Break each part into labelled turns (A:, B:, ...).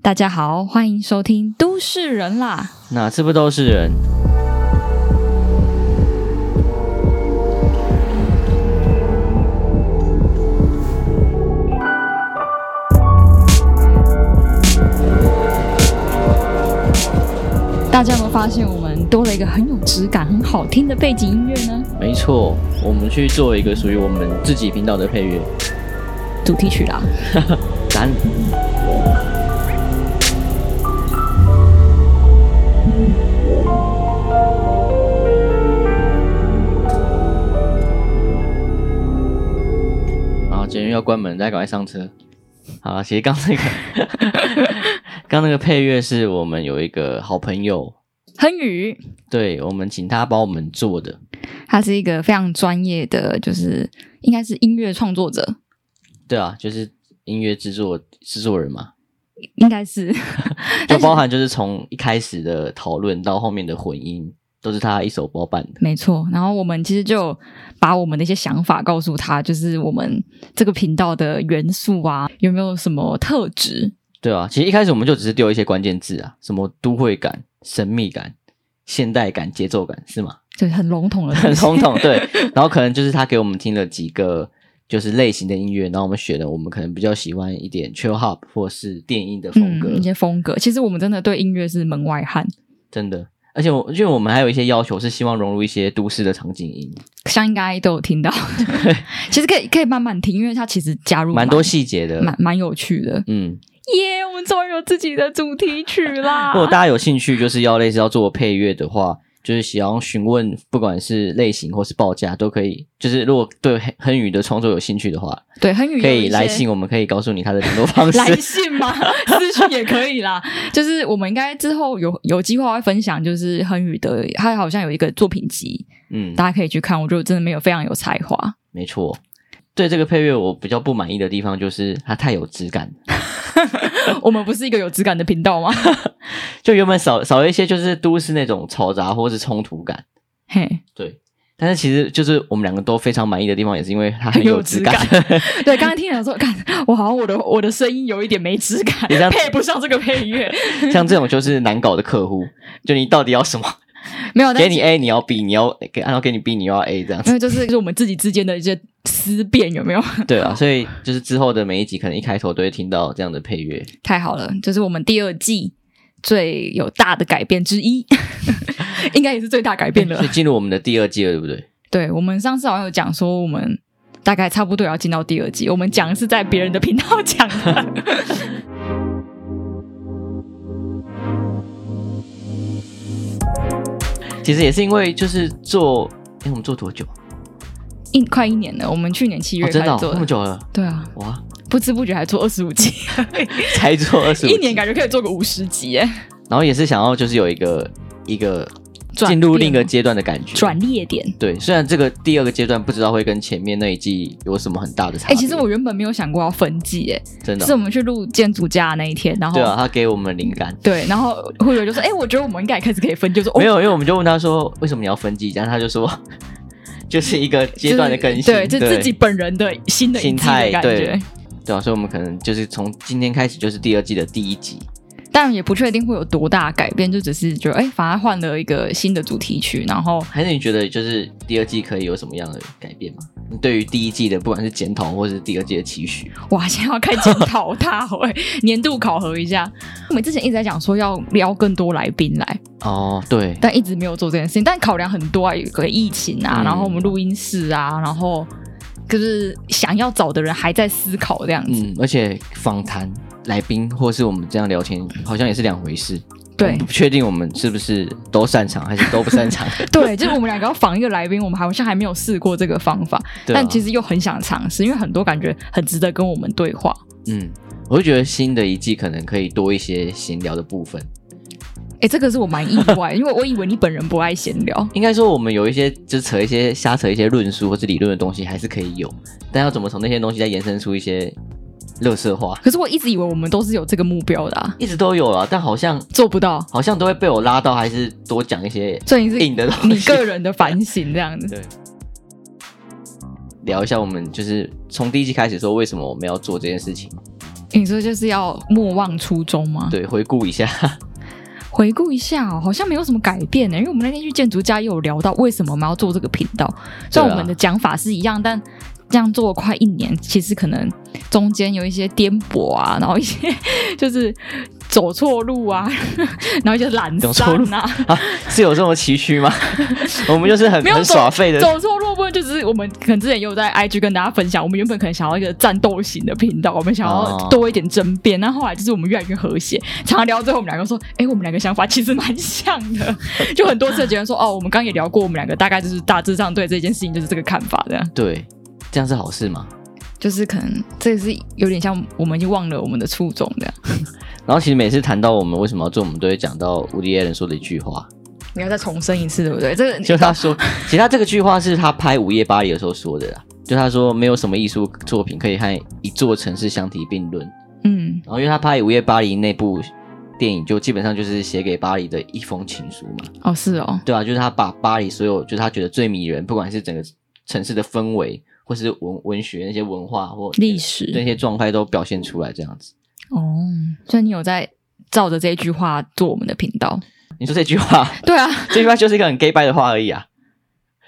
A: 大家好，欢迎收听《都市人》啦！
B: 哪次不都是人？
A: 大家有没有发现我们多了一个很有质感、很好听的背景音乐呢？
B: 没错，我们去做一个属于我们自己频道的配乐。
A: 主题曲啦，
B: 咱啊，监狱要关门，大家赶快上车。好了，其实刚那个， 刚那个配乐是我们有一个好朋友，
A: 亨宇
B: 对我们请他帮我们做的。
A: 他是一个非常专业的，就是应该是音乐创作者，
B: 对啊，就是音乐制作制作人嘛，
A: 应该是
B: 就包含就是从一开始的讨论到后面的混音，都是他一手包办的。
A: 没错。然后我们其实就把我们的一些想法告诉他，就是我们这个频道的元素啊，有没有什么特质？
B: 对啊，其实一开始我们就只是丢一些关键字啊，什么都会感、神秘感、现代感、节奏感，是吗？
A: 就是很笼统的东西，
B: 很笼统，对。然后可能就是他给我们听了几个就是类型的音乐，然后我们选了我们可能比较喜欢一点 chill hop 或是电音的风格，
A: 嗯、一些风格。其实我们真的对音乐是门外汉，
B: 真的。而且我因为我们还有一些要求是希望融入一些都市的场景音，
A: 像应该都有听到。 其实可以可以慢慢听，因为它其实加入
B: 蛮多细节的。
A: 蛮蛮有趣的。
B: 嗯，
A: 耶、我们终于有自己的主题曲 啦！
B: 如果大家有兴趣，就是要类似要做配乐的话，就是想要询问，不管是类型或是报价都可以。就是如果对亨亨宇的创作有兴趣的话，
A: 对亨宇
B: 可
A: 有一
B: 以
A: 些
B: 来信，我们可以告诉你他的联络方
A: 来
B: 式。
A: 信吗？ 私信也可以啦。就是我们应该之后有有机会会分享，就是亨宇的，他好像有一个作品集，
B: 嗯，
A: 大家可以去看。我觉得真的没有非常有才华，
B: 没错。对这个配乐，我比较不满意的地方就是它太有质感，
A: 我们不是一个有质感的频道吗？
B: 就原本少少了一些就是都市那种嘈杂或是冲突感。
A: 嘿，
B: 对，但是其实就是我们两个都非常满意的地方，也是因为它很
A: 很有
B: 有质
A: 质
B: 感。
A: 对，刚才听人说， 看我好像我的我的声音有一点没质感
B: 你这，样
A: 配不上这个配乐，
B: 像这种就是难搞的客户，就你到底要什么？
A: 没有，但
B: 给
A: 是
B: 你 A，你要 B，你要给，然后给你 B，你又要 A 这样
A: 因
B: 子。
A: 为就是就是我们自己之间的一些思辨，有没有？
B: 对啊，所以就是之后的每一集，可能一开头都会听到这样的配乐。
A: 太好了，就是我们第二季最有大的改变之 一，应该也是最大改变
B: 哎所
A: 了
B: 以。进入我们的第二季了，对不对？
A: 对我们上次好像有讲说，我们大概差不多也要进到第二季，我们讲的是在别人的频道讲 的。
B: 其实也是因为就是做，哎，我们做多久？哦，
A: 一快一年了，我们去年七月开
B: 真的
A: 始
B: 哦
A: 做
B: 那
A: 的。
B: 么久了，
A: 对啊，
B: 哇，
A: 不知不觉还做二十五 集，
B: 才做二十五
A: 一年，感觉可以做个五十集耶，
B: 然后也是想要就是有一个一个
A: 转
B: 进入另一个
A: 变
B: 阶段的感觉。
A: 转捩点。
B: 对，虽然这个第二个阶段不知道会跟前面那一季有什么很大的差
A: 哎、
B: 别。
A: 其实我原本没有想过要分季，哎，
B: 真的哦
A: 是我们去录建筑家的那一天，然后
B: 对啊，他给我们灵感。
A: 对，然后慧友就 说：“哎、我觉得我们应该开始可以分，就是哦
B: 没有，因为我们就问他说为什么你要分季，然后他就说 就是一个阶段的更新，
A: 对，就自己本人的新的一
B: 心
A: 季的
B: 态，
A: 感觉
B: 对。对啊，所以我们可能就是从今天开始就是第二季的第一集，
A: 当然也不确定会有多大改变，就只是觉得哎、反而换了一个新的主题曲，然后
B: 还是你觉得就是第二季可以有什么样的改变吗？你对于第一季的不管是检讨或是第二季的期许，
A: 哇，现在要开检 讨大会，年度考核一下。我们之前一直在讲说要邀更多来宾来，
B: 哦，对，
A: 但一直没有做这件事情。但考量很多啊，有个疫情啊，
B: 嗯
A: 然后我们录音室啊，然后就是想要找的人还在思考这样子。
B: 嗯，而且访谈来宾或是我们这样聊天，好像也是两回事，
A: 对，
B: 不确定我们是不是都擅长还是都不 擅长，
A: 对，就是我们两个要访一个来宾，我们好像还没有试过这个方法，
B: 对啊
A: 但其实又很想尝试，因为很多感觉很值得跟我们对话。
B: 嗯，我就觉得新的一季可能可以多一些闲聊的部分。
A: 哎、这个是我蛮意外， 因为我以为你本人不爱闲聊。
B: 应该说，我们有一些就扯一些瞎扯一些论述或是理论的东西，还是可以有，但要怎么从那些东西再延伸出一些乐色化，
A: 可是我一直以为我们都是有这个目标的、啊，
B: 一直都有了，但好像
A: 做不到，
B: 好像都会被我拉到，还是多讲一些
A: 所以哎你是
B: 硬的东
A: 你
B: 西，
A: 个人的反省这 样子。
B: 对聊一下我们就是从第一季开始说为什么我们要做这件事情，
A: 你说就是要莫忘初衷吗？
B: 对，回顾一下，
A: 回顾一下、哦，好像没有什么改变呢、欸因为我们那天去建筑家也有聊到为什么我们要做这个频道，虽然
B: 对啊
A: 我们的讲法是一样，但这样做了快一年，其实可能中间有一些颠簸啊，然后一些 就是走错路啊，然后一些懒
B: 走错
A: 散
B: 路
A: 啊，
B: 啊，是有这种崎 岖吗？我们就是很
A: 没有
B: 很
A: 走
B: 耍废的，
A: 走错路部分就只是我们可能之前也有在 IG 跟大家分享，我们原本可能想要一个战斗型的频道，我们想要
B: 哦
A: 多一点争辩，那、后来就是我们越来越和谐，常常聊到最后，我们两个说，哎、我们两个想法其实蛮像的，就很多次觉得说，哦，我们刚刚也聊过，我们两个大概就是大致上对这件事情就是这个看法的，
B: 对，这样是好事吗？
A: 就是可能这是有点像我们就忘了我们的初衷的，
B: 然后其实每次谈到我们为什么要做，我们都会讲到 Woody Allen 说的一句话，
A: 你要再重申一次，对不对？这个
B: 就是他 说，其实他这个句话是他拍《午夜巴黎》的时候说的啦，就他说没有什么艺术作品可以和一座城市相提并论。
A: 嗯，
B: 然后因为他拍《午夜巴黎》那部电影，就基本上就是写给巴黎的一封情书嘛，
A: 哦，是哦，
B: 对啊，就是他把巴黎所有，就是他觉得最迷人，不管是整个城市的氛围，或是文文学那些文化或
A: 历史
B: 那些状态都表现出来，这样子。
A: 哦，所以你有在照着这句话做我们的频道，
B: 你说这句话，
A: 对啊。
B: 这句话就是一个很 gay bye 的话而已啊，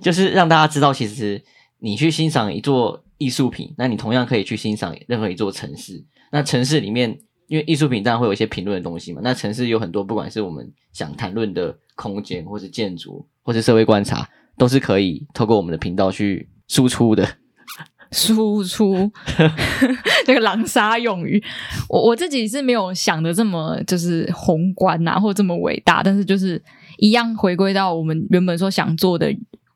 B: 就是让大家知道，其实你去欣赏一座艺术品，那你同样可以去欣赏任何一座城市。那城市里面，因为艺术品当然会有一些评论的东西嘛，那城市有很多，不管是我们想谈论的空间，或是建筑，或是社会观察，都是可以透过我们的频道去输出的。
A: 输出 这个狼杀用语，我我自己是没有想的这么就是宏观呐、或这么伟大，但是就是一样回归到我们原本说想做的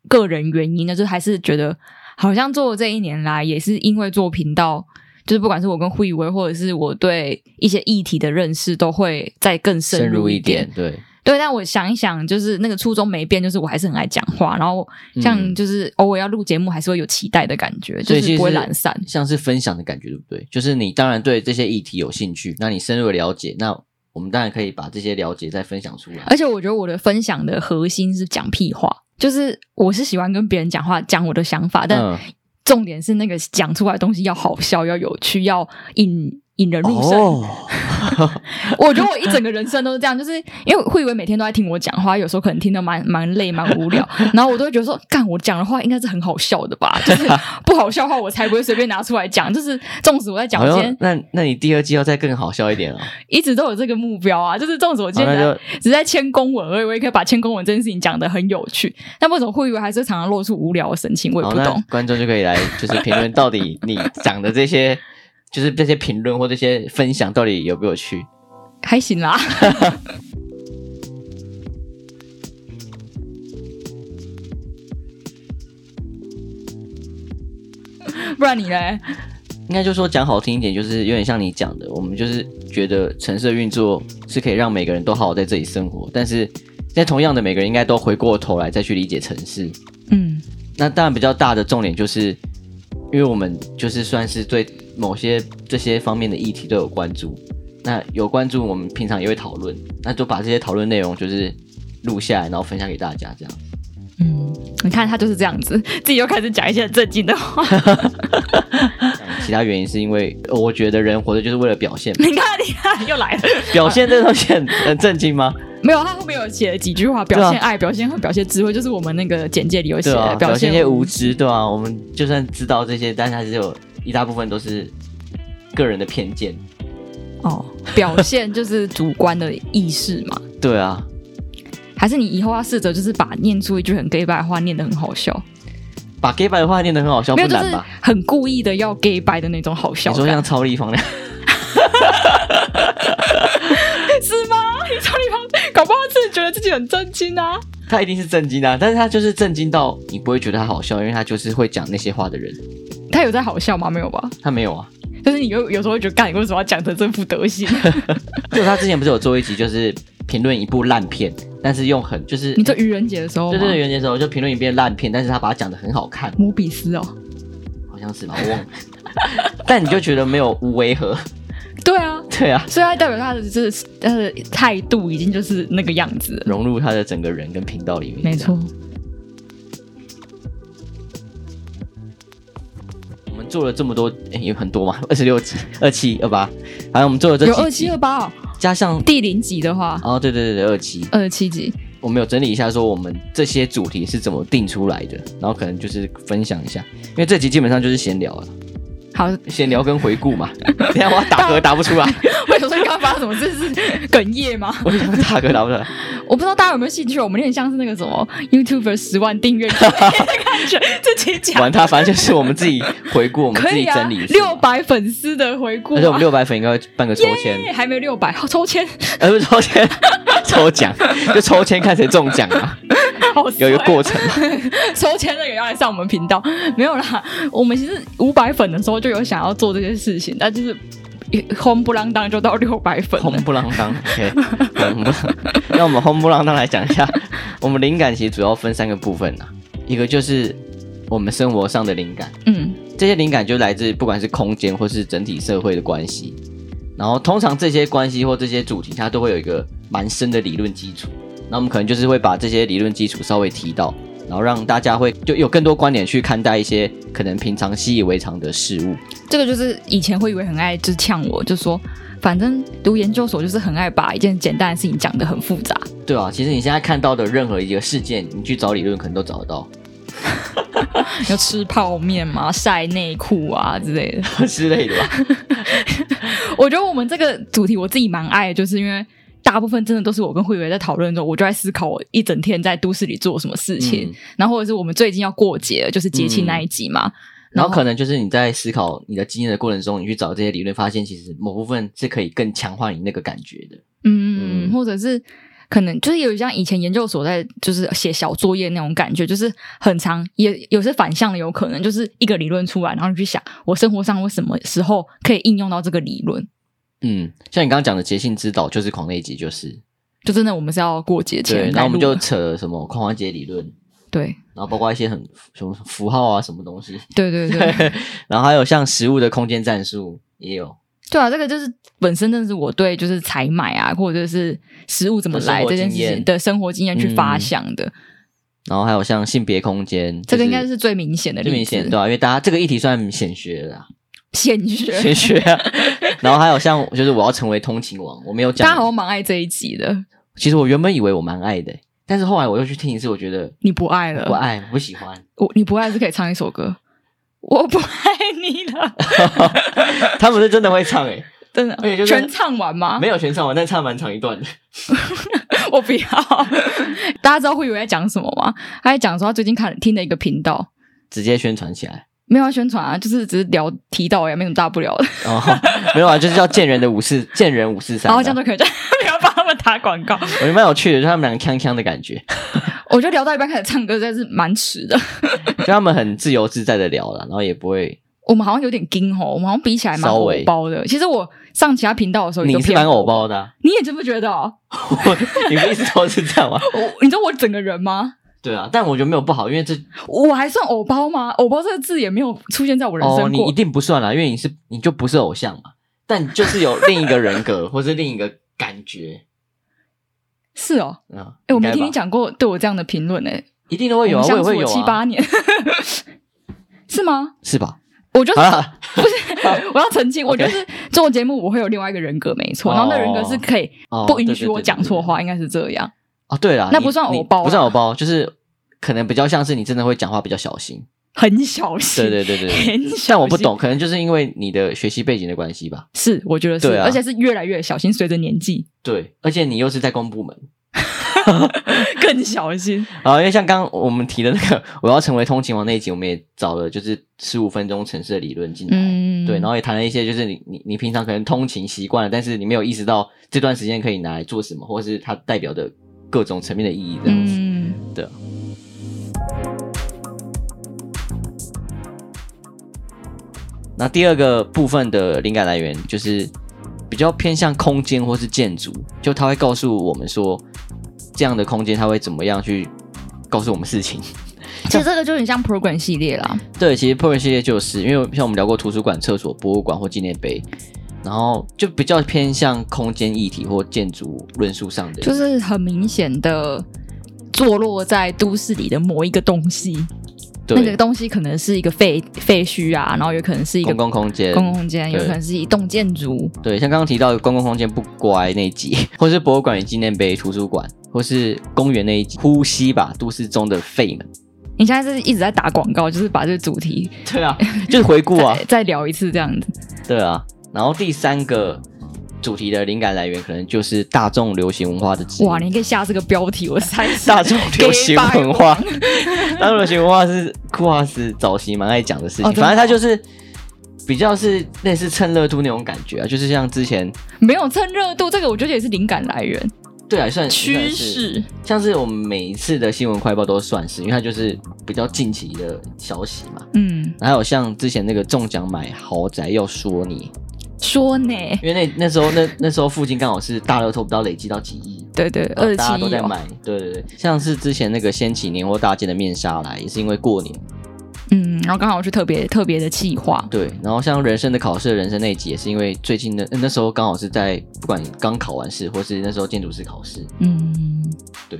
A: 个人原因呢，就是还是觉得好像做这一年来也是因为做频道。就是不管是我跟胡以为，或者是我对一些议题的认识，都会再更深入一点。，
B: 对，
A: 对，但我想一想，就是那个初衷没变，就是我还是很爱讲话，然后像就是偶尔要录节目，还是会有期待的感觉，
B: 嗯所
A: 就
B: 以其
A: 是
B: 实
A: 不会懒散。
B: 像是分享的感觉，对不对？就是你当然对这些议题有兴趣，那你深入的了解，那我们当然可以把这些了解再分享出来。
A: 而且我觉得我的分享的核心是讲屁话，就是我是喜欢跟别人讲话，讲我的想法，但
B: 嗯，
A: 重点是那个讲出来的东西要好笑，要有趣，要引引人入胜。
B: 哦，
A: 我觉得我一整个人生都是这样，就是因为会以为每天都在听我讲话，有时候可能听得蛮蛮累、蛮无聊，然后我都会觉得说，干我讲的话应该是很好笑的吧？就是不好笑的话，我才不会随便拿出来讲。就是纵使我在讲，
B: 好
A: 我今
B: 像
A: 天
B: 那那你第二季要再更好笑一点了。好，
A: 一直都有这个目标啊，就是纵使我今
B: 那
A: 天
B: 就
A: 只是在签公文而已，我也可以把签公文这件事情讲得很有趣。但为什么会以为还是常常露出无聊的神情？我也
B: 好，
A: 不懂
B: 那。观众就可以来就是评论到底你讲的这些。就是这些评论或这些分享到底有没有趣？
A: 还行啦。 不然你嘞？
B: 应该就说讲好听一点，就是有点像你讲的，我们就是觉得城市的运作是可以让每个人都好好在这里生活，但是在同样的每个人应该都回过头来再去理解城市，
A: 嗯，
B: 那当然比较大的重点就是，因为我们就是算是对某些这些方面的议题都有关注，那有关注我们平常也会讨论，那就把这些讨论内容就是录下来，然后分享给大家这样。
A: 嗯，你看他就是这样子，自己又开始讲一些正经的话。，
B: 其他原因是因为呃我觉得人活着就是为了表现
A: 你看，你看，又来了。
B: 表现这东西很 很震惊吗？
A: 没有，他后面有写了几句话，
B: 对
A: 表
B: 啊
A: 现爱，表现恨，表现智慧，就是我们那个简介里有写
B: 对
A: 的，
B: 啊，表现
A: 现
B: 一些无知，对啊，我们就算知道这些，但是还是有一大部分都是个人的偏见，
A: 哦，表现就是主观的意识嘛。
B: 对啊，
A: 还是你以后要试着就是把念出一句很 gay 白的话念得很好笑，
B: 把 gay 白的话念得很好笑，
A: 没
B: 啊
A: 有
B: 不
A: 就
B: 难
A: 是
B: 吧？
A: 很故意的要 gay 白的那种好笑
B: 你说
A: 感，
B: 像超立方那样。
A: 是吗？ 你超你方，搞不好自己觉得自己很震惊啊。
B: 他一定是震惊的啊、但是他就是震惊到你不会觉得他好笑，因为他就是会讲那些话的人，
A: 他有在好笑吗？没有吧？
B: 他没有啊。
A: 就是你有有时候会觉得，干，你为什么要讲成这副德 行？
B: 就他之前不是有做一集，就是评论一部烂片，但是用很就是
A: 你这愚人节的时候
B: 对
A: 吗？
B: 对对，元节的时候就评论一遍烂片，但是他把它讲的很好看，
A: 摩比斯哦，
B: 好像是吧，我忘了。 但你就觉得没有无违和，
A: 对啊，
B: 对啊，
A: 所以他代表他的就是他的态度已经就是那个样子了，
B: 融入他的整个人跟频道里面，
A: 没
B: 这样。
A: 错。
B: 我们做了这么多，诶有很多嘛， 二十六集、二七、二八，反正我们做了这
A: 有二
B: 集
A: 七二八哦，
B: 加上
A: 第零集的话，
B: 哦，对对对对，二七，
A: 二十七集。
B: 我们有整理一下，说我们这些主题是怎么定出来的，然后可能就是分享一下，因为这集基本上就是闲聊了，
A: 好，
B: 闲聊跟回顾嘛。 等一下我要打嗝打不出来，
A: 我想说你刚刚发生什么事？是哽咽吗？
B: 我想打嗝打不出来。
A: 我不知道大家有没有兴趣，我们有点像是那个什么 YouTuber 十万订 阅的感觉，自己讲
B: 管他，反正就是我们自己回顾，我们
A: 可
B: 自己
A: 以啊
B: 整理一，次嘛
A: 六，百粉丝的回顾、
B: 而且我们
A: 啊。
B: 六百粉应该会办个抽签，
A: 耶还没有六百，好抽签，
B: 呃，不是抽签，抽奖，就抽签看谁中奖啊，
A: 好
B: 有一个
A: 衰
B: 过程。
A: 抽签的也要来上我们频道，没有啦。我们其实五百粉的时候就有想要做这些事情，但就是轰不啷当就到六百粉
B: 轰
A: 了。
B: 不啷当，OK，轰不啷当。那我们轰不啷当来讲一下，我们灵感其实主要分三个部分啊，一个就是我们生活上的灵感，
A: 嗯，
B: 这些灵感就来自不管是空间或是整体社会的关系。然后通常这些关系或这些主题，它都会有一个蛮深的理论基础。那我们可能就是会把这些理论基础稍微提到，然后让大家会就有更多观点去看待一些可能平常习以为常的事物。
A: 这个就是以前会以为很爱，就是呛我，就说反正读研究所就是很爱把一件简单的事情讲得很复杂。
B: 对啊，其实你现在看到的任何一个事件，你去找理论可能都找得到。
A: 要吃泡面嘛，晒内裤啊之类的。
B: 之类的 吧。
A: 我觉得我们这个主题我自己蛮爱的，就是因为大部分真的都是我跟慧伟在讨论中，我就在思考我一整天在都市里做什么事情，
B: 嗯
A: 然后或者是我们最近要过节了，就是节庆那一集嘛。
B: 然后
A: 然后
B: 可能就是你在思考你的经验的过程中，你去找这些理论，发现其实某部分是可以更强化你那个感觉的。
A: 嗯，
B: 嗯
A: 或者是可能就是有像以前研究所在就是写小作业那种感觉，就是很长，也有些反向的，有可能就是一个理论出来，然后你去想我生活上我什么时候可以应用到这个理论。
B: 嗯，像你刚刚讲的节庆之岛就是狂那一集，就是
A: 就真的，我们是要过节前来
B: 对，
A: 录的，
B: 然后我们就扯什么狂欢节理论，
A: 对
B: 然后包括一些很什么符号啊什么东西，
A: 对对对，
B: 然后还有像食物的空间战术也有，
A: 对啊，这个就是本身真的是我对就是采买啊，或者是食物怎么来这件事
B: 生活经
A: 情
B: 验嗯
A: 的生活经验去发想的，
B: 然后还有像性别空间，
A: 这个应该
B: 就是
A: 最明显的例
B: 最
A: 子，
B: 明显对啊，因为大家这个议题算显学 的、啊，
A: 显学。
B: 显 学啊。然后还有像就是我要成为通勤王，我没有
A: 大
B: 讲，
A: 家好像蛮爱这一集的，
B: 其实我原本以为我蛮爱的、但是后来我又去听一次，我觉得
A: 你不爱了，
B: 我不爱， 我不喜欢。
A: 我你不爱是可以唱一首歌， 我不爱你了，
B: 他们是真的会唱诶、
A: 真的
B: 而且就是
A: 全唱完吗？
B: 没有全唱完，但唱蛮长一段的。
A: 我不要。大家知道会以为在讲什么吗？他在讲说他最近看听的一个频道，
B: 直接宣传起来
A: 没有要宣传啊，就是只是聊提到也没什么大不了的，
B: 哦， 没有啊，就是叫见人的五 四，见人五四三、
A: 然
B: 啊。
A: 后这样就可以，不要帮他们打广告。
B: 我觉得蛮有趣的，就他们两个锵锵的感觉，
A: 我觉得聊到一半开始唱歌，真是蛮迟的。
B: 就他们很自由自在的聊了，然后也不会。
A: 我们好像有点惊吼，我们好像比起来蛮
B: 稍
A: 偶
B: 微
A: 包的。其实我上其他频道的时候，
B: 你是蛮偶，包的、啊，
A: 你也这么觉得哦？
B: 我 你不一直都是这样吗？
A: 我你知道我整个人吗？
B: 对啊，但我觉得没有不好，因为这
A: 我还算偶包吗？偶包这个字也没有出现在我人
B: 哦，
A: 生
B: 你
A: 过。
B: 一定不算啦，因为你是你就不是偶像嘛，但就是有另一个人格或是另一个感觉。
A: 是哦，
B: 嗯，
A: 哎、我没
B: 应该吧
A: 听你，讲过对我这样的评论哎，
B: 一定都会有啊，
A: 我们相
B: 我也
A: 处
B: 会
A: 了
B: 有
A: 七
B: 啊，
A: 八年，是吗？
B: 是吧？
A: 我就是、
B: 啊，
A: 不是， 我要澄清，我
B: OK
A: 就是做节目我会有另外一个人格，没错。然后那人格是可以
B: 哦
A: 不允
B: 对
A: 许
B: 对
A: 我
B: 对
A: 讲
B: 对
A: 错
B: 对
A: 话，应该是这样。
B: 哦，对了，
A: 那
B: 你
A: 不算
B: 你
A: 偶包
B: 不算
A: 啦
B: 偶包，就是可能比较像是你真的会讲话比较小心。
A: 很小心，
B: 对对对对对。
A: 很小心。
B: 但我不懂，可能就是因为你的学习背景的关系吧。
A: 是，我觉得是，
B: 对啊
A: 而且是越来越小心，随着年 纪
B: 对，而且你又是在公部门
A: 更小心。
B: 啊，因为像刚刚我们提的那个我要成为通勤王那一集，我们也找了就是十五分钟城市的理论进来。
A: 嗯，
B: 对，然后也谈了一些，就是你你你平常可能通勤习惯了，但是你没有意识到这段时间可以拿来做什么，或是它代表的各种层面的意义这样子。
A: 嗯，
B: 对啊那第二个部分的灵感来源就是比较偏向空间或是建筑，就它会告诉我们说这样的空间它会怎么样去告诉我们事情。
A: 其实这个就很像 program 系列啦。
B: 对，其实 p o e 系列就是因为像我们聊过图书馆、厕所、博物馆或纪念碑，然后就比较偏向空间议题或建筑论述上的，
A: 就是很明显的坐落在都市里的某一个东西，
B: 对
A: 那个东西可能是一个废废墟啊，然后有可能是一个
B: 公共空间，
A: 公共空间，有
B: 对
A: 可能是一栋建筑，
B: 对，像刚刚提到的公共空间不乖那一集，或是博物馆与纪念碑、图书馆，或是公园那一集，呼吸吧，都市中的肺们。
A: 你现在是一直在打广告，就是把这个主题
B: 对啊，就是回顾啊
A: 再，再聊一次这样子。
B: 对啊。然后第三个主题的灵感来源，可能就是大众流行文化的指引
A: 哇，你可以下这个标题，我猜
B: 大众流行文化， 大众流行文化是库哈斯早期蛮爱讲的事情，
A: 哦真的
B: 反正他就是比较是类似趁热度那种感觉啊，就是像之前
A: 没有蹭热度，这个我觉得也是灵感来源、
B: 对啊，算
A: 趋，
B: 算是
A: 势。
B: 像是我们每一次的新闻快报都算是，因为它就是比较近期的消息嘛。
A: 嗯，
B: 还有像之前那个中奖买豪宅要说你，
A: 说呢？
B: 因为那那时候那那时候附近刚好是大乐透，不知道累积到几亿，
A: 对对，
B: 然
A: 二
B: 后
A: 十
B: 大家
A: 七
B: 都
A: 亿
B: 在
A: 哦。
B: 买，对对对，像是之前那个掀起年货大街的面纱来，也是因为过年，
A: 嗯，然后刚好去特别特别的企划，
B: 对，然后像人生的考试的人生那一集，也是因为最近的那时候刚好是在不管刚考完试，或是那时候建筑师考试，
A: 嗯，
B: 对。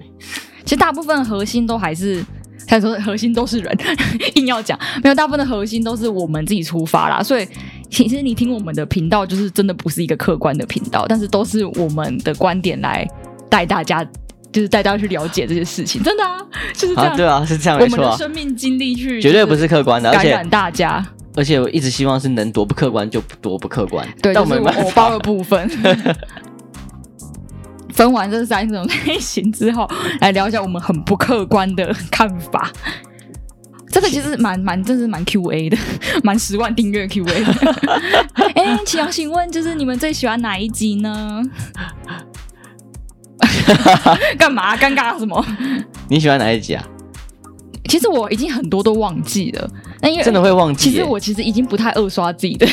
A: 其实大部分核心都还是，他说核心都是人， 硬要讲没有，大部分的核心都是我们自己出发啦。所以其实你听我们的频道，就是真的不是一个客观的频道，但是都是我们的观点来带大家，就是带大家去了解这些事情。真的啊，就是这样。
B: 啊，对啊，是这样
A: 我
B: 没
A: 们
B: 错、
A: 的
B: 啊，
A: 生命经历去
B: 绝对不是客观的，而
A: 感
B: 且
A: 染大家。
B: 而且我一直希望是能多不客观就多不客观，
A: 对，
B: 但
A: 就
B: 我
A: 是
B: 们
A: 我
B: 没办
A: 偶
B: 法
A: 包的部分。 分完这三种类型之后，来聊一下我们很不客观的看法。这个其实蛮蛮，真是蛮 Q A 的， 蛮十万订阅 Q A 的。 哎、启阳，请问就是你们最喜欢哪一集呢？ 干嘛？尴尬什么？
B: 你喜欢哪一集啊？
A: 其实我已经很多都忘记了，那因为
B: 真的会忘记
A: 其
B: 耶、
A: 实我其实已经不太二刷自己的，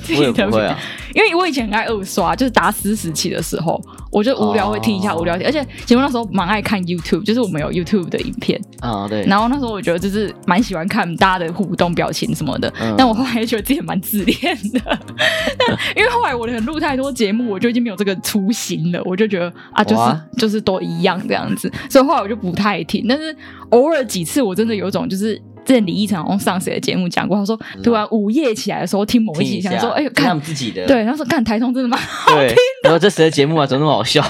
A: 自
B: 我
A: 己
B: 也
A: 的
B: 不会啊，
A: 因为我以前很爱二刷，就是打死时期的时候，我就无聊会听一下
B: 哦
A: 无聊，而且其实我那时候蛮爱看 YouTube，就是我们有 YouTube 的影片，
B: 啊、对，
A: 然后那时候我觉得就是蛮喜欢看大家的互动表情什么的，
B: 嗯
A: 但我后来觉得自己蛮自恋的， 但因为后来我的录太多节目，我就已经没有这个初心了，我就觉得啊，就是
B: 哇
A: 就是都一样这样子，所以后来我就不太听。但是偶尔几次，我真的有一种就是。之前李依晨好像上谁的节目讲过，他说突然午夜起来的时候听某一
B: 嗯听
A: 集，
B: 一下，啊
A: 想说哎呦
B: 听他
A: 看
B: 们自己的，
A: 对，他说看台通真的蛮
B: 对，然后这谁的节目啊，怎么那么 好笑？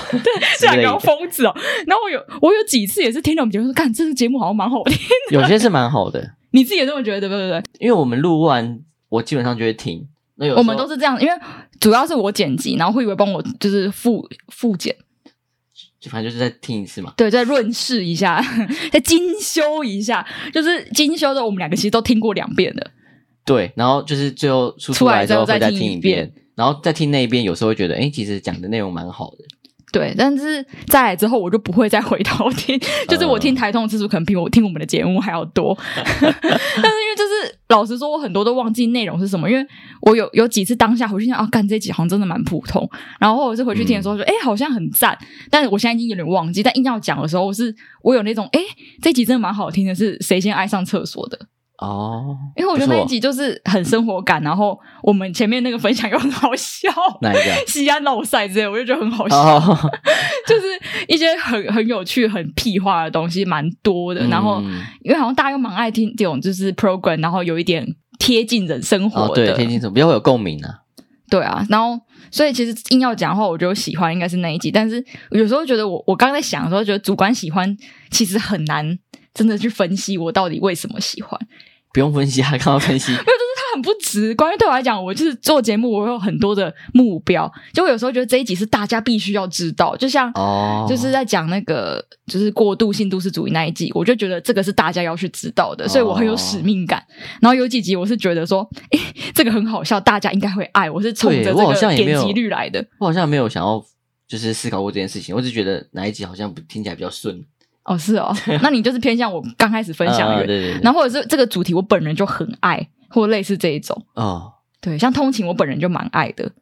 B: 之
A: 下
B: 类
A: 个
B: 的，
A: 疯子哦。然后我有我有几次也是听了我们节目说，看这个节目好像蛮好听，
B: 有些是蛮好的，
A: 你自己也这么觉得对不对？
B: 因为我们录完，我基本上就会听。那有时候
A: 我们都是这样，因为主要是我剪辑，然后会以为帮我就是复复剪，
B: 就反正就是再听一次嘛。
A: 对，再润饰一下， 再精修一下，就是精修的我们两个其实都听过两遍的，
B: 对，然后就是最后输
A: 出
B: 出
A: 来
B: 来之
A: 之
B: 后
A: 后
B: 会
A: 再
B: 再
A: 听
B: 听
A: 一
B: 一遍，然后再听那一遍，有时候会觉得，哎，其实讲的内容蛮好的。
A: 对。但是再来之后，我就不会再回头听，就是我
B: 嗯
A: 听台通的次数可能比我听我们的节目还要多， 但是因为就是老实说，我很多都忘记内容是什么，因为我有有几次当下回去想啊，干这集好像真的蛮普通，然后或者是回去听的时候
B: 嗯
A: 说，哎、好像很赞，但是我现在已经有点忘记，但硬要讲的时候，我是我有那种，哎、这集真的蛮好听的，是谁先爱上厕所的？
B: 哦，
A: 因为我觉得
B: 不错
A: 那一集就是很生活感，然后我们前面那个分享又很好笑。
B: 哪一个？
A: 西安老赛之类，我就觉得很好笑，
B: 哦，
A: 就是一些很很有趣、很屁话的东西，蛮多的。然后
B: 嗯
A: 因为好像大家又蛮爱听这种就是 program，然后有一点贴近人生活
B: 哦，
A: 的，
B: 对，听清楚，比较会有共鸣啊。
A: 对啊，然后所以其实硬要讲的话，我觉得我喜欢应该是那一集，但是有时候觉得我我刚在想的时候，觉得主观喜欢其实很难真的去分析我到底为什么喜欢，
B: 不用分析啊，刚刚 分析，
A: 它很不直观。对我来讲，我就是做节目，我有很多的目标，就我有时候觉得这一集是大家必须要知道，就像
B: 哦，
A: 就是在讲那个就是过度性都市主义那一季，我就觉得这个是大家要去知道的，所以我很有使命感。然后有几集我是觉得说，诶、这个很好笑，大家应该会爱，我是冲
B: 对
A: 着这
B: 我好像
A: 个
B: 也没
A: 点
B: 有
A: 击率来的。
B: 我好像没有想要就是思考过这件事情，我只觉得哪一集好像不听起来比较顺。
A: 哦，是 哦，那你就是偏向我刚开始分享
B: 啊
A: 的
B: 对
A: 人，
B: 对对，
A: 然后或者是这个主题我本人就很爱，或类似这一种。
B: 哦，
A: 对，像通勤我本人就蛮爱的，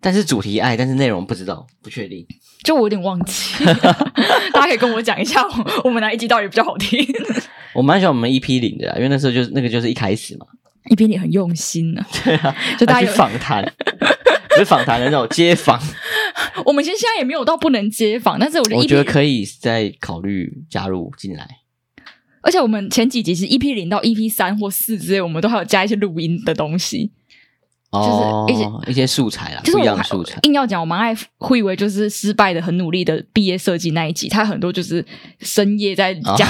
B: 但是主题爱，但是内容不知道，不确定。
A: 就我有点忘 记，大家可以跟我讲一下，我我们哪一集到底比较好 听？
B: 我蛮喜欢我们 EP 零的啊，因为那时候就是那个就是一开始嘛，
A: 一边也很用心呢、
B: 对啊，
A: 就大家
B: 去
A: 有
B: 访谈， 不是访谈的那种街访，
A: 我们其实现在也没有到不能接访，但是我觉得
B: 我
A: 一
B: 觉
A: 边
B: 得可以再考虑加入进来。
A: 而且我们前几集是 EP 零到 EP 三或四之类，我们都还有加一些录音的东西。
B: 哦，
A: 就是一些
B: 一些素材啦，
A: 就是
B: 不一
A: 我
B: 样的
A: 还
B: 素 材。
A: 硬要讲，我蛮爱胡以为就是失败的很努力的毕业设计那一集，他很多就是深夜在
B: 啊
A: 讲，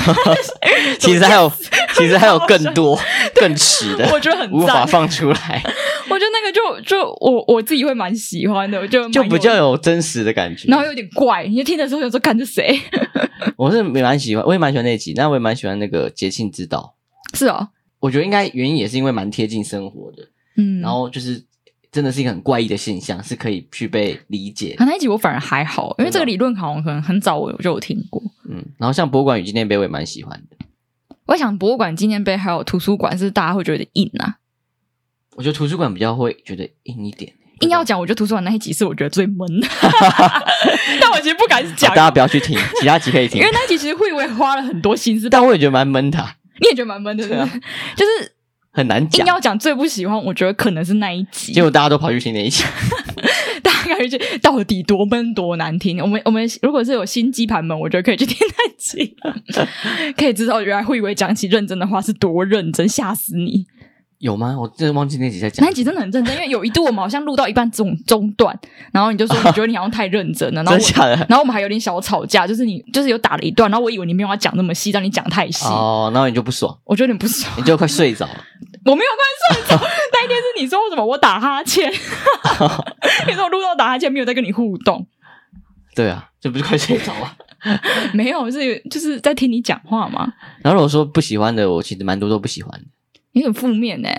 B: 其实还有， 其实还有更 多更迟的，
A: 我觉得很
B: 无法
A: 赞。
B: 放出来，
A: 我觉得那个就就我我自己会蛮喜欢的，我就
B: 就
A: 蛮
B: 比较有真实的感觉。
A: 然后有点怪，你就听的时候想说看这谁？
B: 我是蛮喜欢，我也蛮喜欢那集，那我也蛮喜欢那个节庆之道。
A: 是哦，
B: 我觉得应该原因也是因为蛮贴近生活的，
A: 嗯，
B: 然后就是真的是一个很怪异的现象，是可以去被理解
A: 啊。那一集我反而还好，因为这
B: 真
A: 个
B: 的哦
A: 理论好像可能很早我就有听过。
B: 嗯，然后像博物馆与纪念碑，我也蛮喜欢的。
A: 我想博物馆、纪念碑还有图书馆是大家会觉得硬啊，
B: 我觉得图书馆比较会觉得硬一点，
A: 硬要讲，我觉得图书馆那一集是我觉得最闷的，但我其实不敢
B: 啊
A: 讲
B: 大，家不要去听， 其他集可以听
A: 因为。那一集其实慧慧花了很多心思，但
B: 但我也觉得蛮闷的啊，
A: 你也觉得蛮闷的，对
B: 对啊
A: 不对就是
B: 很难
A: 硬
B: 讲。
A: 要讲最不喜欢，我觉得可能是那一集
B: 结，果大家都跑去听那一集，
A: 大概就到底多闷多难听。我们我们如果是有新机盘们，我觉得可以去听那一集，可以知道原来慧慧讲起认真的话是多认真，吓死你。
B: 有吗？我真的忘记那集在讲
A: 那一。集真的很认真，因为有一度我们好像录到一半中中断，然后你就说你觉得你好像太认真了，然后
B: 真
A: 我
B: 假的？
A: 然后我们还有点小吵架，就是你就是有打了一段，然后我以为你没有要讲那么细，但你讲太细，
B: 哦，然后你就不爽，
A: 我觉得有点不爽。
B: 你就快睡着了。
A: 我没有关系，那一天是你说什么我打哈 欠，你说我录到打哈欠没有在跟你互动，
B: 对啊，这不是快睡着了？
A: 没有是就是在听你讲话嘛，
B: 然后如果说不喜欢的，我其实蛮多都不喜欢的，
A: 你很负面欸呢、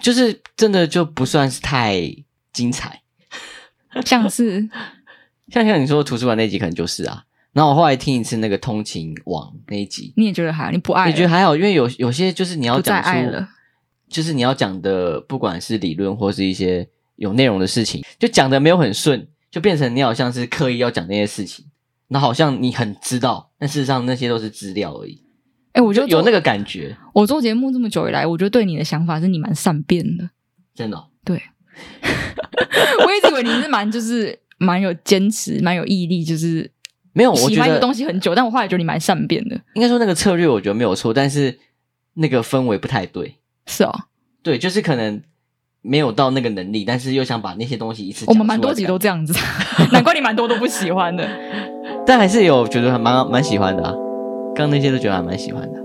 B: 就是真的就不算是太精彩。
A: 像是
B: 像像你说图书馆那集可能就是啊，然后我后来听一次那个通勤网那一集，
A: 你也觉得还好，你不爱
B: 也觉得
A: 了，
B: 还好，因为有有些就是你要
A: 不再
B: 讲出
A: 爱了，
B: 就是你要讲的，不管是理论或是一些有内容的事情，就讲的没有很顺，就变成你好像是刻意要讲那些事情，那好像你很知道，但事实上那些都是资料而已，
A: 哎、我觉
B: 就
A: 得
B: 有那
A: 个
B: 个感觉，
A: 我做节目这么久以来，我觉得对你的想法是你蛮善变的。
B: 真的哦、
A: 我一直以为你是蛮就是蛮有坚持、蛮有毅力，就是
B: 没有，我
A: 喜
B: 觉
A: 欢一个
B: 得
A: 东西很久。但我后来觉得你蛮善变的，
B: 应该说那个策略我觉得没有错，但是那个氛围不太对，
A: 是哦。
B: 对，就是可能没有到那个能力，但是又想把那些东西一次
A: 我
B: 讲
A: 们蛮
B: 出来
A: 多
B: 的
A: 集都
B: 感
A: 这样 子，难怪你蛮多都不喜欢的。
B: 觉，但还是有觉得还蛮蛮喜欢的啊，刚刚那些都觉得还蛮喜欢的。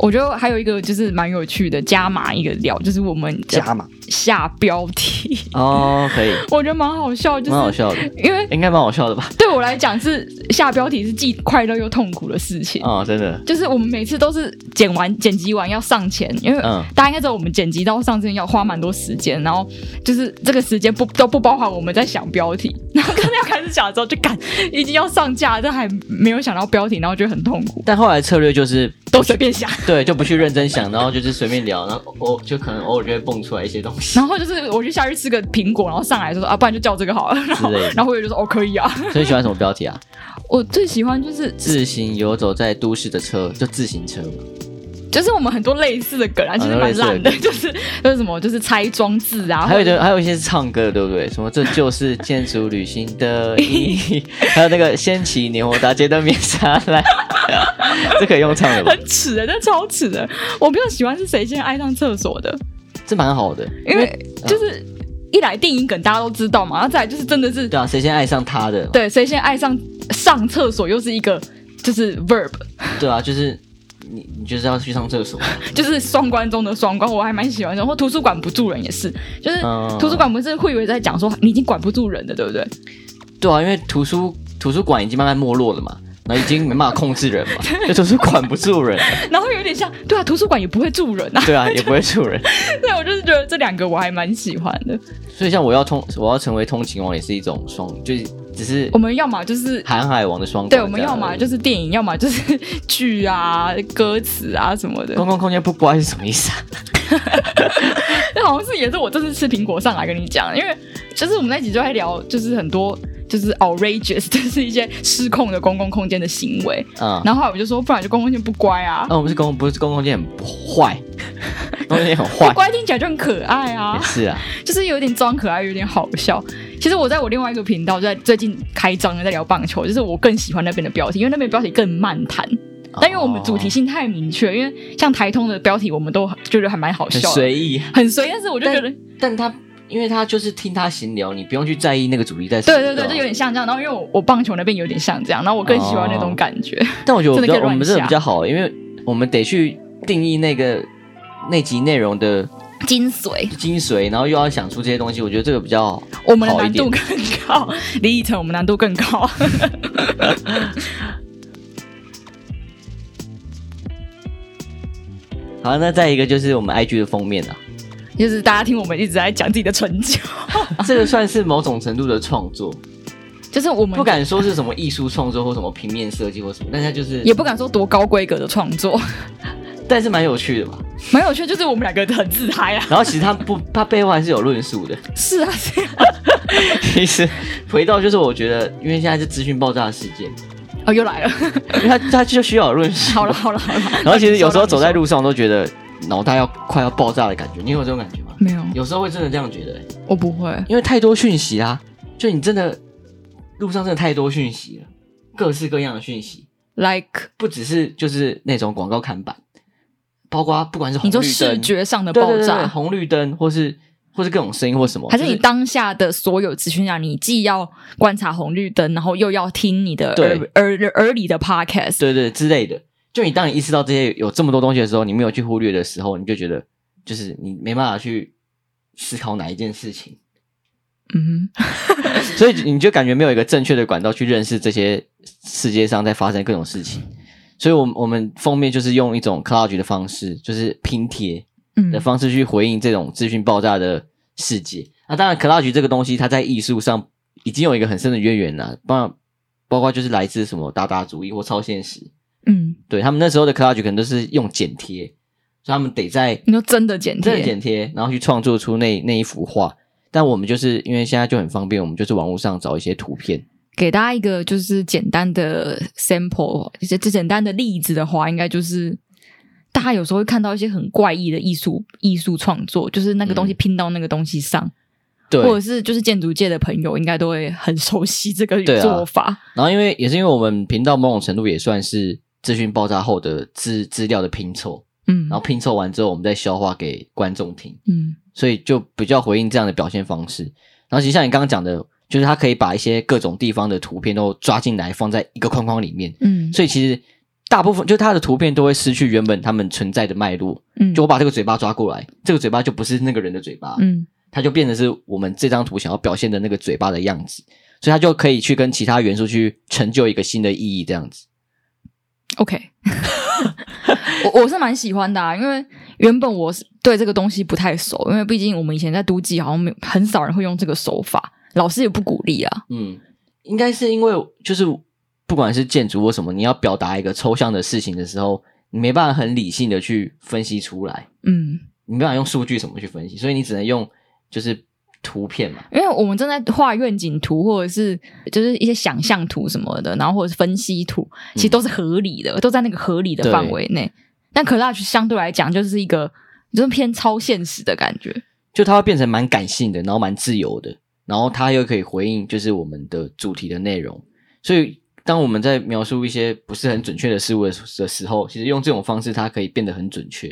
A: 我觉得还有一个就是蛮有趣的加码一个聊，就是我们
B: 码
A: 下标题，
B: 哦，可以，
A: 我觉得蛮好笑，就
B: 蛮好
A: 是
B: 笑的，欸
A: 因为
B: 应该蛮好笑的吧？
A: 对我来讲是下标题是既快乐又痛苦的事情。
B: 哦，真的，
A: 就是我们每次都是剪完剪辑完要上前，因为
B: 嗯
A: 大家应该知道我们剪辑到上之前要花蛮多时间，然后就是这个时间不都不包含我们在想标题，然后刚要开始讲的时候就赶已经要上架了，但还没有想到标题，然后就很痛苦，
B: 但后来策略就是
A: 都随便想。
B: 对，就不去认真想，然后就是随便聊，然后偶就可能偶尔就会蹦出来一些东西
A: 然后就是我去下去吃个苹果，然后上来就说啊，不然就叫这个好了。然
B: 之
A: 后
B: 类的。
A: 然后我就说哦，可以啊。
B: 所以喜欢什么标题啊？
A: 我最喜欢就是
B: 自行游走在都市的车，就自行车嘛。
A: 就是我们很多类似的梗啊，其实
B: 很多类
A: 蛮
B: 似的
A: 烂的，
B: 梗
A: 就是就是什么就是拆装置啊，
B: 还有
A: 或
B: 一
A: 者
B: 个，还有一些是唱歌的，对不对？什么这就是建筑旅行的意 义，还有那个掀起年货大街的面纱来， 这可以用唱的吧？
A: 很耻欸的，真的超耻的。我比较喜欢是谁先爱上厕所的，
B: 这蛮好的，
A: 因为就是一来电影梗大家都知道嘛，然后再来就是真的是
B: 对啊，谁先爱上他的？
A: 对谁先爱上上厕所又是一个就是 verb，
B: 对啊，就是你，你就是要去上厕所。
A: 就是双关中的双关，我还蛮喜欢的。或图书馆不住人也是，就是
B: 嗯
A: 图书馆不是会以为在讲说你已经管不住人了，对不对？
B: 对啊，因为图书图书馆已经慢慢没落了嘛，然后已经没办法控制 人嘛，就图书馆不住人，
A: 然后有点像对啊，图书馆也不会住人啊。
B: 对啊，也不会住人。
A: 对，我就是觉得这两个我还蛮喜欢的。
B: 所以像我要通，我要成为通勤王也是一种双，就是只是
A: 我们要么就是
B: 航海王的双。
A: 对，我们要么就是是电影，要么就是剧啊、歌词啊什么的
B: 公。共空间不乖是什么意思啊？
A: 那 好像是也是我这次吃苹果上来跟你讲，因为就是我们那集就在聊，就是很多就是 outrageous，就是 一些失控的公共空间的行为。
B: 嗯，
A: 然后后来我就说，不然就公共空间不乖啊，
B: 那、我们是公哦共，不是公共空间很坏，公共空间很
A: 不
B: 坏
A: 乖听起来就很可爱啊
B: 也，是啊，
A: 就是有点装可爱，有点好笑。其实我在我另外一个频道，就在最近开张了，在聊棒球，就是我更喜欢那边的标题，因为那边标题更漫谈。
B: 哦
A: 啊但因为我们主题性太明确，因为像台通的标题，我们都觉得还蛮好
B: 哦很
A: 笑的，
B: 随意，
A: 很随，但是我就觉得，
B: 但他因为他就是听他闲聊，你不用去在意那个主题在什么
A: 对对对，就有点像这样。然后因为我我棒球那边有点像这样，然后我更喜欢那种感觉。
B: 但我觉得我比较
A: 真的可以
B: 我
A: 乱
B: 们这个比较好，欸因为我们得去定义那个那集内容的
A: 精髓，
B: 精髓，然后又要想出这些东西，我觉得这个比较好。
A: 我们的
B: 好一
A: 难
B: 点
A: 度更高。李以晨，我们难度更高。
B: 好，那再一个就是我们 IG 的 封面啊，
A: 就是大家听我们一直在讲自己的成就，
B: 这个算是某种程度的创作，
A: 就是我们
B: 不敢说是什么艺术创作或什么平面设计或什么，但它就是，
A: 也不敢说多高规格的创作，
B: 但是蛮有趣的嘛。
A: 蛮有趣。就是我们两个很自嗨啊，
B: 然后其实它不， 它背后还是有论述 的。
A: 是啊，是啊。
B: 其实回到就是我觉得，因为现在是资讯爆炸的世界，
A: 哦，又来了，
B: 因为它它就需要有论述。
A: 好了，好了，好了。
B: 然后其实有时候走在路上都觉得脑袋要快要爆炸的感觉，你有这种感觉吗？
A: 没有，
B: 有时候会真的这样觉得、欸
A: 我不会。
B: 因为太多讯息啦、就你真的路上真的太多讯息了，各式各样的讯息，
A: Like
B: 不只是就是那种广告看板，包括不管是红
A: 你
B: 绿灯
A: 说视觉上的
B: 对
A: 爆炸，
B: 对对对红绿灯，或是或是各种声音或什么，
A: 还是你
B: 就
A: 当下的所有资讯啊，你既要观察红绿灯，然后又要听你的
B: 对
A: 耳耳耳里的 podcast，
B: 对对之类的。就你当你意识到这些有这么多东西的时候，你没有去忽略的时候，你就觉得就是你没办法去思考哪一件事情。
A: 嗯哼，
B: 所以你就感觉没有一个正确的管道去认识这些世界上在发生各种事情。所以，我们我们封面就是用一种 collage 的方式，就是拼贴的
A: 嗯，
B: 方式去回应这种资讯爆炸的世界。那当然，collage 这个东西，它在艺术上已经有一个很深的渊源了，包包括就是来自什么达达主义或超现实。
A: 嗯，
B: 对他们那时候的 collage 可能都是用剪贴，所以他们得在
A: 你说真的剪
B: 真的
A: 贴，
B: 剪贴，然后去创作出那那一幅画。但我们就是因为现在就很方便，我们就是网络上找一些图片，
A: 给大家一个就是简单的 sample，这这简单的例子的话，应该就是。大家有时候会看到一些很怪异的艺术艺术创作，就是那个东西
B: 嗯
A: 拼到那个东西上，
B: 对。
A: 或者是就是建筑界的朋友应该都会很熟悉这个
B: 对啊
A: 做法。
B: 然后因为也是因为我们频道某种程度也算是资讯爆炸后的资资料的拼凑，
A: 嗯
B: 然后拼凑完之后我们再消化给观众听，
A: 嗯
B: 所以就比较回应这样的表现方式。然后其实像你刚刚讲的，就是它可以把一些各种地方的图片都抓进来，放在一个框框里面，
A: 嗯，
B: 所以其实。大部分就它的图片都会失去原本他们存在的脉络，
A: 以
B: 就我把这个嘴巴抓过来，这个嘴巴就不是那个人的嘴巴，
A: 嗯
B: 它就变成是我们这张图想要表现的那个嘴巴的样子，所以它就可以去跟其他元素去成就一个新的意义，这样子。
A: OK，我我是蛮喜欢的、啊，因为原本我是对这个东西不太熟，因为毕竟我们以前在都记好像没有很少人会用这个手法，老师也不鼓励啊。
B: 嗯，应该是因为就是不管是建筑或什么，你要表达一个抽象的事情的时候，你没办法很理性的去分析出来，
A: 嗯，
B: 你没办法用数据什么去分析，所以你只能用就是图片嘛。
A: 因为我们正在画愿景图，或者是就是一些想象图什么的，然后或者是分析图，其实都是合理的，都在那个合理的范围内。但 Clash 相对来讲就是一个就是偏超现实的感觉。
B: 就它会变成蛮感性的，然后蛮自由的，然后它又可以回应就是我们的主题的内容。所以当我们在描述一些不是很准确的事物的时的时候，其实用这种方式它可以变得很准确。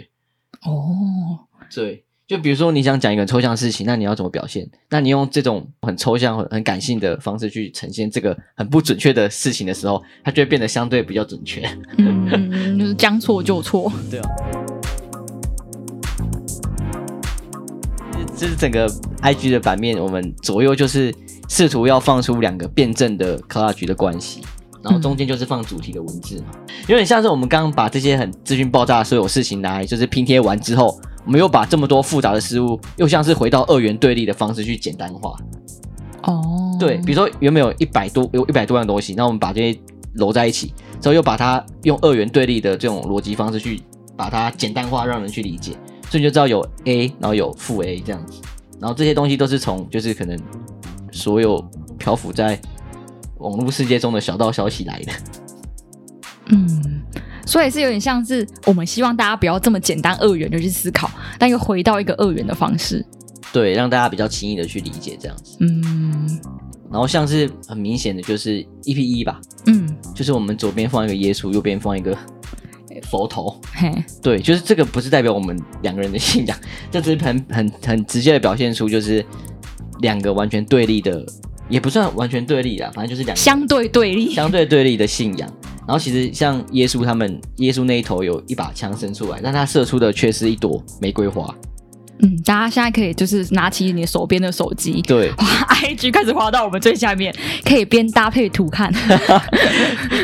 A: 哦，
B: 对，就比如说你想讲一个很抽象的事情，那你要怎么表现？那你用这种很抽象、很很感性的方式去呈现这个很不准确的事情的时候，它就会变得相对比较准确。
A: 嗯，就是将错就错。
B: 对啊。这是整个 IG 的版面，我们左右就是试图要放出两个辩证的 collage 的关系，然后中间就是放主题的文字嘛，有点像是我们刚刚把这些很资讯爆炸的所有事情拿来就是拼贴完之后，我们又把这么多复杂的事物，又像是回到二元对立的方式去简单化。
A: 哦，
B: 对，比如说原本有一百多有一百多样东西，那我们把这些揉在一起，之后又把它用二元对立的这种逻辑方式去把它简单化，让人去理解，所以你就知道有 A，然后有负 A 这样子，然后这些东西都是从就是可能所有漂浮在网络世界中的小道消息来的，
A: 嗯，所以是有点像是我们希望大家不要这么简单二元的去思考，但又回到一个二元的方式。
B: 对，让大家比较轻易的去理解这样子。
A: 嗯
B: 然后像是很明显的就是 EP 一吧，
A: 嗯，
B: 就是我们左边放一个耶稣，右边放一个佛头。
A: 嘿，
B: 对，就是这个不是代表我们两个人的信仰，这只是很很很直接的表现出就是两个完全对立的，也不算完全对立啦，反正就是两个
A: 相对对立，
B: 相对对立的信仰。然后其实像耶稣他们，耶稣那一头有一把枪伸出来，但他射出的却是一朵玫瑰花。
A: 嗯，大家现在可以就是拿起你手边的手机，
B: 对，
A: 哇，IG 开始滑到我们最下面，可以边搭配图看。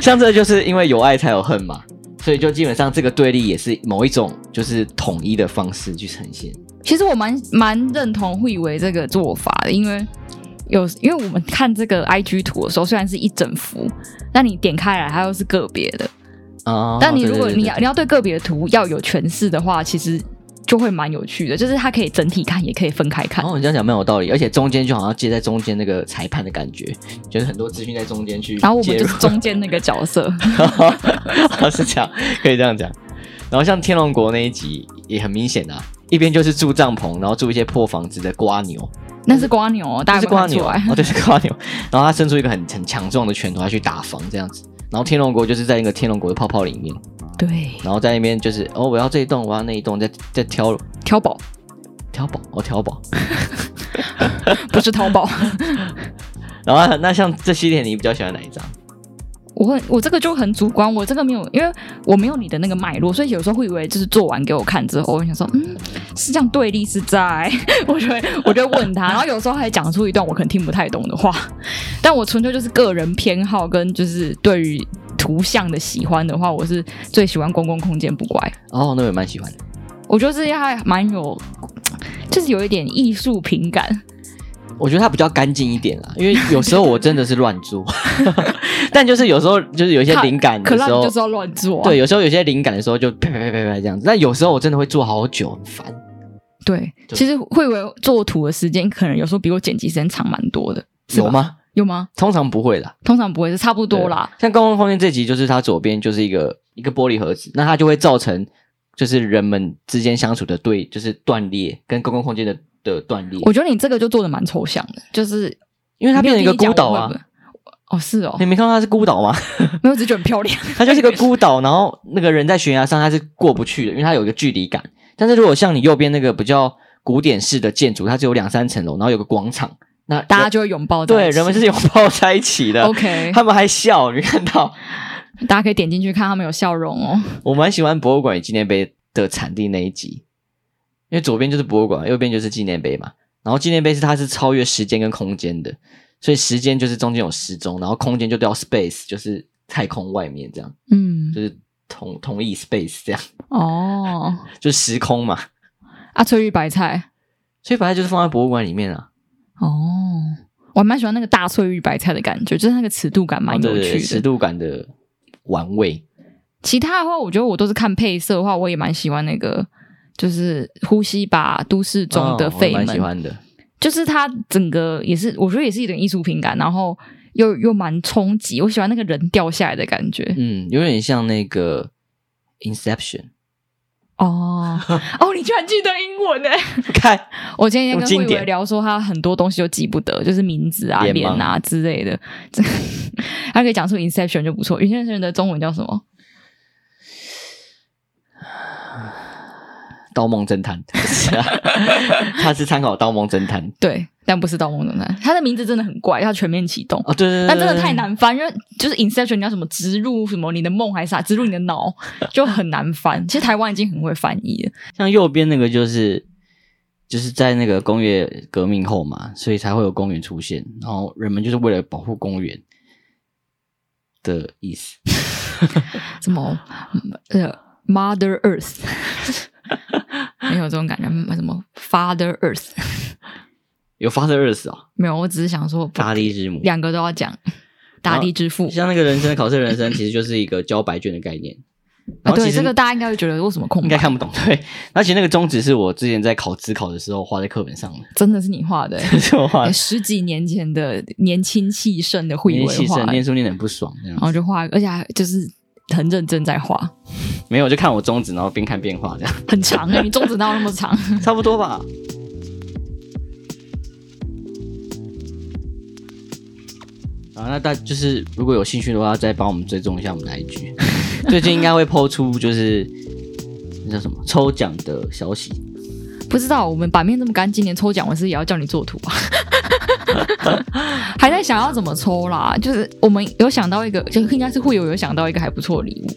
B: 像这就是因为有爱才有恨嘛，所以就基本上这个对立也是某一种就是统一的方式去呈现。
A: 其实我蛮蛮认同慧伟这个做法的，因为有因为我们看这个 IG 图的时候，虽然是一整幅，但你点开来它又是个别的，
B: 哦，
A: 但你
B: 对
A: 如果
B: 对对
A: 你要你要对个别的图要有诠释的话，其实就会蛮有趣的，就是它可以整体看，也可以分开看
B: 然。后你这样讲蛮有道理，而且中间就好像接在中间那个裁判的感觉，就是很多资讯在中间去
A: 然后我们
B: 介
A: 就
B: 入
A: 是中间那个角色，
B: 是这样，可以这样讲。然后像天龙国那一集也很明显啊，一边就是住帐篷，然后住一些破房子的瓜牛，
A: 那是瓜牛哦，大家
B: 是
A: 有没有
B: 瓜
A: 看
B: 牛
A: 出来
B: 啊，哦对，是瓜牛。然后他伸出一个很很强壮的拳头，他去打房这样子。然后天龙国就是在那个天龙国的泡泡里面，
A: 对，
B: 然后在那边就是哦，我要这一栋，我要那一栋，再再挑
A: 挑宝
B: 挑宝，哦挑宝。
A: 不是淘宝。
B: 然后那像这系列你比较喜欢哪一张？
A: 我很我这个就很主观，我这个没有，因为我没有你的那个脉络，所以有时候会以为就是做完给我看之后，我想说，嗯，是这样对立是在， 我就会我就会问 他，然后有时候还讲出一段我可能听不太懂的话，但我纯粹就是个人偏好跟就是对于图像的喜欢的话，我是最喜欢公共空间不乖，
B: 哦，那我也蛮喜欢的。
A: 我觉得这些还蛮有，就是有一点艺术品感，
B: 我觉得它比较干净一点啦，因为有时候我真的是 乱做，但就是有时候就是有一些灵感
A: 可
B: 的
A: 让
B: 时候，
A: 你就是要乱做、啊，
B: 对，有时候有些灵感的时候就啪啪啪啪啪这样子，但有时候我真的会做好久，很烦。
A: 对，
B: 对
A: 其实慧为做图的时间可能有时候比我剪辑时间长蛮多的，是吧
B: 有？吗？
A: 有吗？
B: 通常不会啦，
A: 通常不会是差不多啦。
B: 对。像公共空间这集，就是它左边就是一个一个玻璃盒子，那它就会造成就是人们之间相处的对，就是断裂跟公共空间的的断裂，
A: 我觉得你这个就做的蛮抽象的，就是
B: 因为它变成一个孤岛
A: 没有跟
B: 啊。
A: 你讲我会不哦，是 哦
B: 你，没看到它是孤岛吗？
A: 没有，只是觉得很漂亮。
B: 它就是一个孤岛，然后那个人在悬崖上他是过不去的，因为它有一个距离感。但是如果像你右边那个比较古典式的建筑，它只有两三层楼，然后有个广场，那
A: 大家就会拥抱在
B: 对
A: 一起。
B: 人们是拥抱在一起的。
A: OK，
B: 他们还笑，你看到？
A: 大家可以点进去看他们有笑容哦。
B: 我蛮喜欢博物馆与纪念碑的产地那一集，因为左边就是博物馆，右边就是纪念碑嘛。然后纪念碑是它是超越时间跟空间的，所以时间就是中间有时钟，然后空间就叫 space，就是太空外面这样，
A: 嗯
B: 就，是同同义 space 这样，
A: 哦，
B: 就是时空嘛。
A: 啊，翠玉白菜，
B: 所以把它就是放在博物馆里面啊，
A: 哦，我还蛮喜欢那个大翠玉白菜的感觉，就是那个尺度感蛮
B: 哦对
A: 有
B: 对对
A: 趣
B: 尺
A: 的。
B: 度感的玩味。
A: 其他的话，我觉得我都是看配色的话，我也蛮喜欢那个，就是呼吸吧都市中的
B: 哦
A: 肺
B: 我蛮
A: 们。
B: 喜欢的。
A: 就是它整个也是，我觉得也是一种艺术品感，然后又又蛮冲击，我喜欢那个人掉下来的感觉。
B: 嗯，有点像那个 Inception。
A: 哦 哦，你居然记得英文呢？
B: 看，
A: 我前几天
B: 用
A: 跟
B: 经
A: 慧
B: 典
A: 伟聊说，他很多东西都记不得，就是名字啊、
B: 脸
A: 脸
B: 盲
A: 啊之类的。 这他可以讲出 Inception 就不错。Inception 的中文叫什么？
B: 《盗梦侦探》 是啊，他是参考《盗梦侦探》
A: 对，但不是盗梦侦探。他的名字真的很怪，叫全面启动。
B: 哦，对对对，
A: 但真的太
B: 对。
A: 难翻，因为就是 Inception，你要什么植入什么你的梦还是啥，植入你的脑就很难翻。其实台湾已经很会翻译了。
B: 像右边那个就是就是在那个工业革命后嘛，所以才会有公园出现，然后人们就是为了保护公园的意思。
A: 什么嗯呃 Mother Earth，没有这种感觉，嗯什么 Father Earth，
B: 有 Father Earth 哦，
A: 没有，我只是想说
B: 大地之母。
A: 两个都要讲，大地之父。
B: 像那个人生的考试 人生，其实就是一个交白卷的概念。
A: 啊，
B: 然后其
A: 对，
B: 实
A: 这个大家应该会觉得为什么空
B: 应该
A: 白？
B: 看不懂，对。然后其实那个宗旨是我之前在考职考的时候画在课本上的，
A: 真的是你画的、欸
B: 是我画
A: 欸
B: 的。
A: 十几年前的年轻气盛的慧
B: 念
A: 文
B: 气
A: 画
B: 盛，
A: 的，
B: 念书念得很不爽，这样
A: 然后就画，而且还就是很认真在画，
B: 没有就看 我
A: 欸
B: 宗旨，然后边看边画这样。
A: 很长哎、你中指哪有那么长？
B: 差不多吧。啊，那大就是如果有兴趣的话，再帮我们追踪一下我们的 IG，最近应该会抛出就是那叫什么抽奖的消息。
A: 不知道我们版面这么干净，连抽奖我是也要叫你做图啊。 还在想要怎么抽啦，就是我们有想到一个，就应该是会有有想到一个还不错的礼物，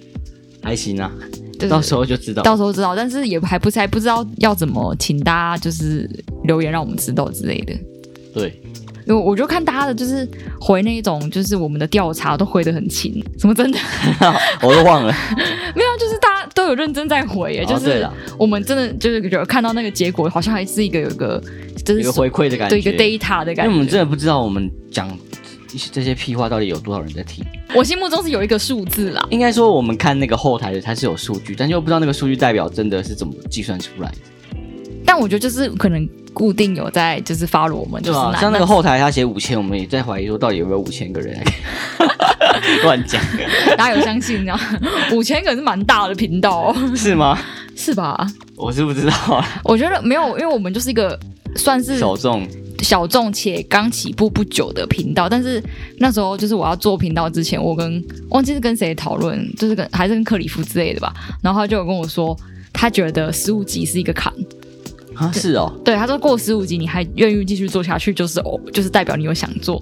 B: 还行啊，
A: 对
B: 到时候就知道。
A: 嗯到时候知道，但是也还不是还不知道要怎么请大家就是留言让我们知道之类的。
B: 对，
A: 因为我就看大家的就是回那一种，就是我们的调查都回得很勤，什么真的
B: 哦我都忘了。
A: 没有，就是大家都有认真在回耶，
B: 哦
A: 就
B: 对
A: 是
B: 了
A: 我们真的就是有看到那个结果，好像还是一个有一个就
B: 一
A: 是
B: 个回馈的感觉，
A: 对一个 data 的
B: 因
A: 感
B: 为我们
A: 觉。
B: 真的不知道我们讲一些这些屁话到底有多少人在听。
A: 我心目中是有一个数字啦，
B: 应该说我们看那个后台的，它是有数据，但又不知道那个数据代表真的是怎么计算出来的，
A: 但我觉得就是可能固定有在就是 follow 我们，就
B: 对啊
A: 是
B: 吧、
A: 那
B: 像那个后台它写五千，我们也在怀疑说到底有没有五千个人
A: 嗯
B: 在乱讲，
A: 大家有相信啊？五千个是蛮大的频道、哦，
B: 是吗？
A: 是吧？
B: 我是不知道 啊，
A: 我觉得没有，因为我们就是一个算是
B: 小众
A: 小众且刚起步不久的频道，但是那时候就是我要做频道之前，我跟忘记是跟谁讨论，就是跟还是跟克里夫之类的吧，然后他就有跟我说，他觉得十五集是一个坎，
B: 啊，是哦，
A: 对，他说过十五集你还愿意继续做下去，就是哦，就是代表你有想做。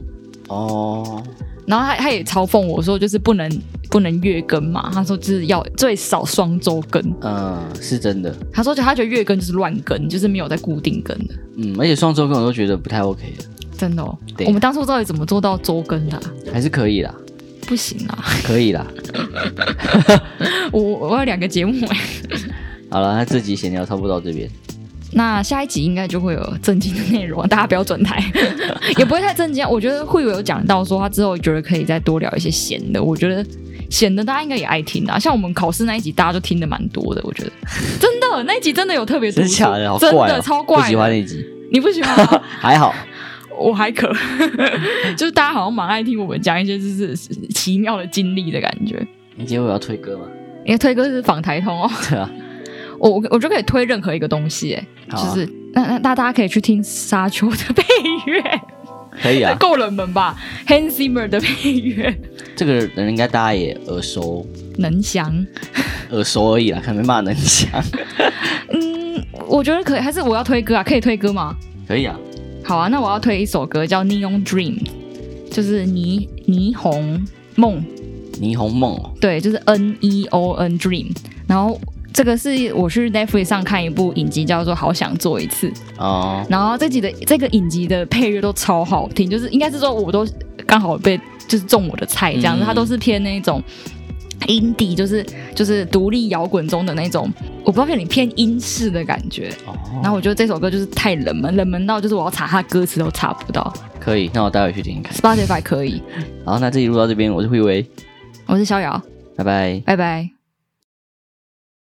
B: 哦，
A: 然后他他也嘲讽我说，就是不能不能月更嘛，他说就是要最少双周更，
B: 嗯，是真的，
A: 他说就他觉得月更就是乱更，就是没有在固定更的，
B: 嗯，而且双周跟我都觉得不太 OK
A: 真的哦。
B: 对
A: 我们当初到底怎么做到周更的啊、
B: 的，还是可以啦，
A: 不行啊，
B: 可以啦。
A: 我我有两个节目哎。
B: 好了，那这集闲聊差不多到这边，
A: 那下一集应该就会有正经的内容，大家不要转 台，也不会太正经啊。我觉得会有讲到说他之后觉得可以再多聊一些闲的，我觉得闲的大家应该也爱听啊。像我们考试那一集，大家就听的蛮多的，我觉得真的那一集真的有特别突
B: 真
A: 出，
B: 的假的？好
A: 真
B: 怪、哦，
A: 的超
B: 不
A: 怪
B: 喜欢
A: 你，
B: 那集，
A: 你不喜欢吗？
B: 还好。
A: 我还 可，就是大家好像蛮爱听我们讲一些就是奇妙的经历的 感觉。
B: 你结尾要推歌吗？
A: 因为推歌是访台通哦，
B: 对啊，
A: 我我我就可以推任何一个东西、欸，
B: 好啊
A: 就是那那那大家可以去听沙丘的配乐。。
B: 可以啊
A: 够冷门吧？Hans Zimmer 的配乐，
B: 这个人应该大家也耳熟，
A: 能详。
B: 耳熟而已啦，可能没骂能讲。
A: 嗯，我觉得可以，还是我要推歌啊？可以推歌吗？
B: 可以啊，
A: 好啊，那我要推一首歌叫《Neon Dream》，就是霓霓虹梦，
B: 霓虹梦哦，
A: 对，就是 N E O N Dream。然后这个是我去 Netflix 上看一部影集，叫做《好想做一次》。
B: 哦，
A: 然后这集的这个影集的配乐都超好听，就是应该是说我都刚好被就是中我的菜这样子，
B: 嗯
A: 它都是偏那种 indie，就是就是独立摇滚中的那种，我不知道你偏英式的感觉。
B: 哦，
A: 然后我觉得这首歌就是太冷门，冷门到就是我要查它歌词都查不到。
B: 可以，那我待会去听听看。
A: Spotify 可以，
B: 好，那这集录到这边，我是慧维，
A: 我是逍遥，
B: 拜拜。
A: 拜拜。